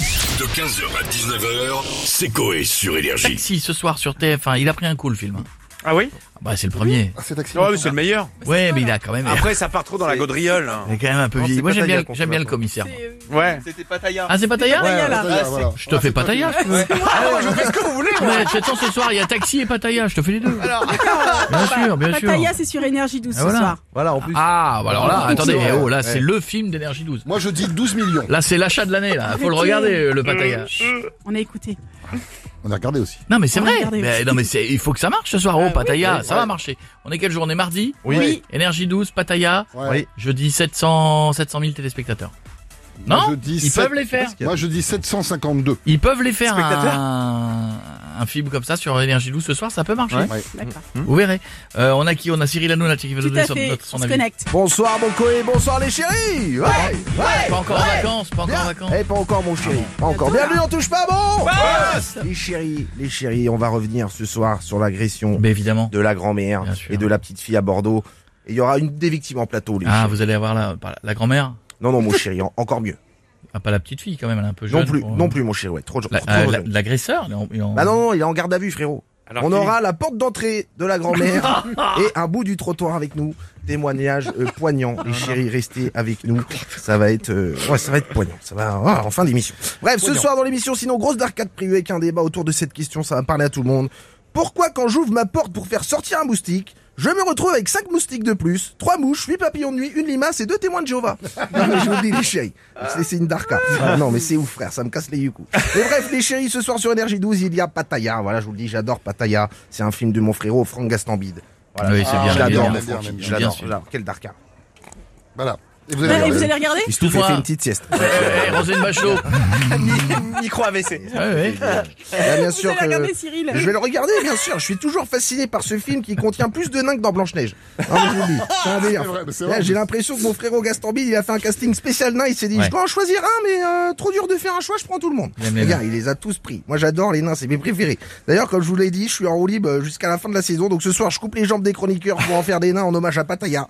De 15h à 19h, c'est Coé sur Énergie. Taxi ce soir sur TF1, il a pris un coup le film. Ah oui Ah Bah c'est le premier. Oh, C'est taxi. Ouais, Ah oui, c'est le meilleur. Ouais, mais il a quand même, Après, ça part trop dans la gaudriole. hein. il a quand même un peu Non, vieilli. c'est Moi j'aime Pattaya bien, qu'on j'aime fait bien le maintenant. commissaire. Ouais. C'était Pataya. Ah c'est Pataya Ouais, là. Pattaya, voilà. Je te fais Pataya. Ah, je te- Ouais, de toute façon ce soir il y a Taxi et Pataya, je te fais les deux. Bien sûr, bien sûr. Pataya, c'est sur Énergie 12 Ah, ce voilà. soir. Voilà, en plus. Ah, bah alors là, attendez, eh oh, là c'est Ouais. le film d'énergie 12. Moi, je dis 12 millions. Là c'est l'achat de l'année là, faut le regarder euh, le Pataya. On a écouté. On a regardé aussi. Non mais c'est On va vrai. regarder Mais, aussi. non mais c'est, il faut que ça marche ce soir. Oh Pataya, oui, ça ouais. va marcher. On est quelle journée Mardi. Oui. Énergie 12, Pataya. Ouais. Jeudi 700 700 000 téléspectateurs. Moi, Non je dis Ils sept- peuvent les faire. Moi, je dis 752. Ils peuvent les faire Spectateurs un, un film comme ça sur Énergie Lou ce soir, ça peut marcher. Ouais. D'accord. Vous verrez. Euh, on a qui On a Cyril Hanouna qui va nous Tout donner à son, fait. notre- son On se avis. connecte. Bonsoir, mon coé. Bonsoir, les chéris. Ouais. Pas encore en vacances, pas encore en vacances. Ah Eh, pas encore, mon chéri. Pas encore. Bienvenue, on touche pas bon Les chéris, les chéris, on va revenir ce soir sur l'agression Mais évidemment. de la grand-mère Bien sûr. et de la petite fille à Bordeaux. Et il y aura une des victimes en plateau, les Ah, chéris. vous allez avoir la, par- la grand-mère Non, non, mon chéri, en- encore mieux. ah, Pas la petite fille quand même, elle est un peu jeune. Non plus, pour- euh, non plus, mon chéri, ouais. Trop, de La- trop, euh, trop la- jeune. L'agresseur il est en- il est en- Bah non, non, il est en garde à vue, frérot. Alors on qu'il- aura la porte d'entrée de la grand-mère et un bout du trottoir avec nous. Témoignage euh, poignant. Les chéris, restez avec nous. Ça va être, euh, ouais, ça va être poignant. Ça va, ah, en fin d'émission. Bref, ce soir dans l'émission, sinon, grosse d'arcade privée avec un débat autour de cette question. Ça va parler à tout le monde. Pourquoi quand j'ouvre ma porte pour faire sortir un moustique, je me retrouve avec cinq moustiques de plus, trois mouches, huit papillons de nuit, une limace et deux témoins de Jéhovah. Non mais je vous dis les chéris, c'est c'est une darka. Ah, non mais c'est ouf frère, ça me casse les yucos. Mais bref les chéris, ce soir sur Énergie 12 il y a Pataya. Voilà je vous le dis, j'adore Pataya. C'est un film de mon frérot Franck Gastambide. Voilà, Ah, Oui, c'est bien, je bien, l'adore mon bien, Francky, bien, bien, je bien l'adore. sûr. J'adore. Quel darka. Voilà. Et vous Et allez regarder. vous allez regarder Il se trouve, il Excuse-moi. fait une petite sieste. Eh, Roselyne Bachelot. Micro AVC. Ouais, ouais. Là, Bah, bien sûr Vous allez que- regarder Cyril. Je vais le regarder, bien sûr. Je suis toujours fasciné par ce film qui contient plus de nains que dans Blanche-Neige. Hein, je vous le dis. C'est un délire. C'est vrai, mais c'est Là, vrai. J'ai l'impression que mon frérot Gastambide, il a fait un casting spécial nain. Il s'est dit, Ouais. je dois en choisir un, mais euh, trop dur de faire un choix, je prends tout le monde. Il aime les Les gars, il les a tous pris. Moi, j'adore les nains, c'est mes préférés. D'ailleurs, comme je vous l'ai dit, je suis en roue libre euh, jusqu'à la fin de la saison. Donc ce soir, je coupe les jambes des chroniqueurs pour en faire des nains en hommage à Pataya.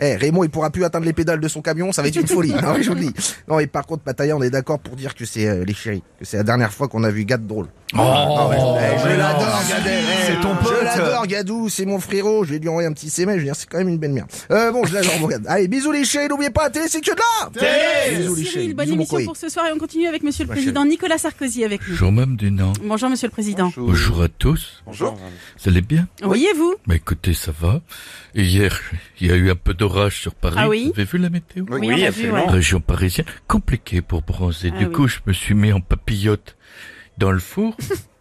Eh, Raymond, il pourra plus atteindre les pédales de son camion, ça va être une folie. Non, mais je vous le dis. Non, et par contre, Pataya, on est d'accord pour dire que c'est euh, les chéris, que c'est la dernière fois qu'on a vu Gad drôle. Oh, Eh, je mais non. l'adore, Gadel. Eh, C'est ton Je l'adore, Gadou. C'est mon frérot. Je vais lui envoyer un petit SMS. Je vais dire, c'est quand même une belle merde. Euh, bon, je l'adore, mon Gad. Allez, bisous les chéris. N'oubliez pas, la télé, c'est que de là. Bisous les chéris. Cyril, bonne Bisous, mon émission coï. pour ce soir et on continue avec Monsieur le Président Nicolas Sarkozy avec nous. Bonjour, Mme Dunant. Bonjour Monsieur le Président. Bonjour à tous. Bonjour. Vous allez bien Voyez-vous Bah écoutez, ça va. Et hier, il y a eu un peu d'orage sur Paris. Ah oui Vous avez vu la météo Oui, on a vu, ouais. Région parisienne, compliqué pour bronzer. Ah du oui. coup, je me suis mis en papillote dans le four,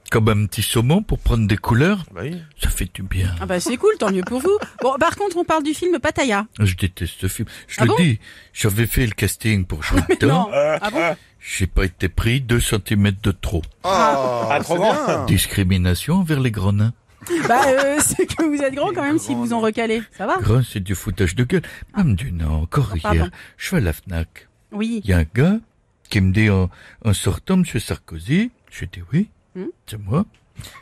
comme un petit saumon pour prendre des couleurs. Bah Ça fait du bien. Ah bah c'est cool, tant mieux pour vous. Bon, par contre, on parle du film Pataya. Je déteste ce film. Je Ah le bon dis, j'avais fait le casting pour jouer dedans. Non. Ah bon J'ai pas été pris, 2 cm de trop. Ah, Ah, trop grand. Discrimination envers les grands nains. Bah euh, c'est que vous êtes grand quand même si vous en recalez. Ça va Grand, c'est du foutage de gueule. Même du non, encore Ah, hier, pardon. je vais à la FNAC. Oui. Il y a un gars qui me dit en, en sortant, Monsieur Sarkozy, je dis oui, Hmm. c'est moi,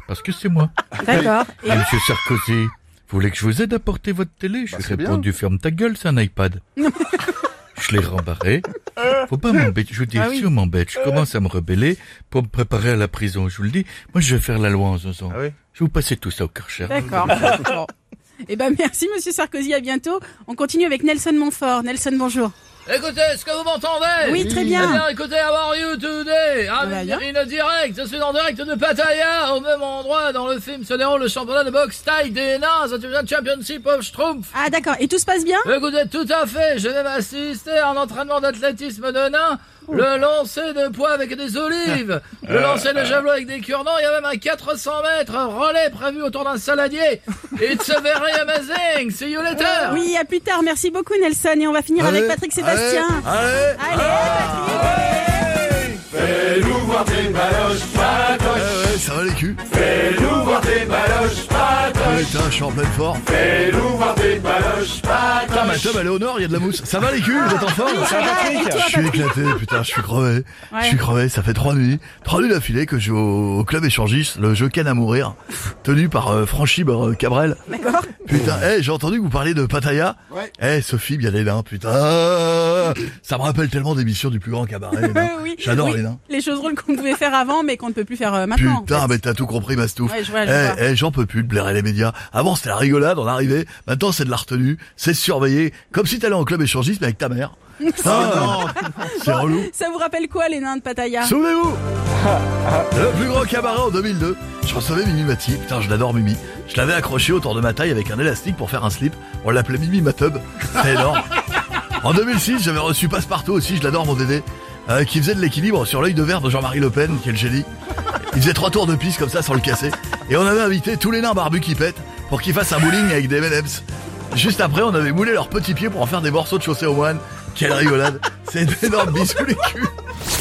parce que c'est moi. D'accord. Et Monsieur Sarkozy, vous voulez que je vous aide à porter votre télé Je lui ai c'est bien. répondu, ferme ta gueule, c'est un iPad. je l'ai rembarré. Faut pas m'embêter, je vous dis, Euh. Ah oui. si on m'embête, je commence à me rebeller pour me préparer à la prison. Je vous le dis, moi je vais faire la loi en 11 ans. Ah oui Je vais vous passer tout ça au Karcher. D'accord. Bon. Eh ben merci Monsieur Sarkozy, à bientôt. On continue avec Nelson Montfort. Nelson, bonjour. Écoutez, est-ce que vous m'entendez Eh Oui, très bien. écoutez, how are you today Ah, va bien. in direct, je suis en direct de Pattaya, au même endroit dans le film se déroule le championnat de boxe taille des nains, c'est une championship of Schtroumpf. Ah d'accord. Et tout se passe bien Écoutez, tout à fait, je vais assister à un entraînement d'athlétisme de nains, Oh. le lancer de poids avec des olives, le lancer de javelot avec des cure-dents, il y a même un 400 mètres relais prévu autour d'un saladier. It's a very amazing, see you later Oui, à plus tard. Merci beaucoup, Nelson. Et on va finir avec Patrick Sébastien. Ah, Allez, Eh, ça va les culs. Fais-nous voir tes baloches, patoches. Putain, je suis en pleine forme. Fais-nous voir tes baloches, patoches. Putain, ma teub, elle est au nord, il y a de la mousse. Ça va les culs, vous êtes en forme Patrick. Et toi, Je suis éclaté, putain, je suis crevé. Ouais. Je suis crevé, ça fait trois nuits. Trois nuits d'affilée que je joue au, au club échangiste, le jeu canne à mourir, tenu par euh, Franchi Bar- euh, bah, Cabrel. Putain, eh, j'ai entendu que vous parliez de Pattaya. Ouais. Eh, Sophie, bien les nains, putain. Ça me rappelle tellement des missions du plus grand cabaret, les nains. Oui, J'adore oui, les nains. Les choses drôles qu'on pouvait faire avant, mais qu'on ne peut plus faire euh, maintenant. en Putain, fait. mais t'as tout compris, Mastouf. Ouais, je vois, je Eh, vois. eh, j'en peux plus de blairer les médias. Avant, c'était la rigolade, on arrivait. Maintenant, c'est de la retenue, c'est surveillé. Comme si t'allais en club échangiste, mais avec ta mère. Putain, c'est relou. Ça vous rappelle quoi, les nains de Pattaya Souvenez-vous Le plus grand cabaret en 2002. Je recevais Mimi Mati, putain je l'adore Mimi. Je l'avais accroché autour de ma taille avec un élastique pour faire un slip. On l'appelait Mimi Matub. C'était énorme. En 2006, j'avais reçu Passepartout aussi, je l'adore mon Dédé, euh, qui faisait de l'équilibre sur l'œil de verre de Jean-Marie Le Pen, quel génie. Il faisait trois tours de piste comme ça sans le casser. Et on avait invité tous les nains barbus qui pètent pour qu'ils fassent un bowling avec des M&M's. Juste après, on avait moulé leurs petits pieds pour en faire des morceaux de chaussée aux moines. Quelle rigolade C'est une énorme bisou les culs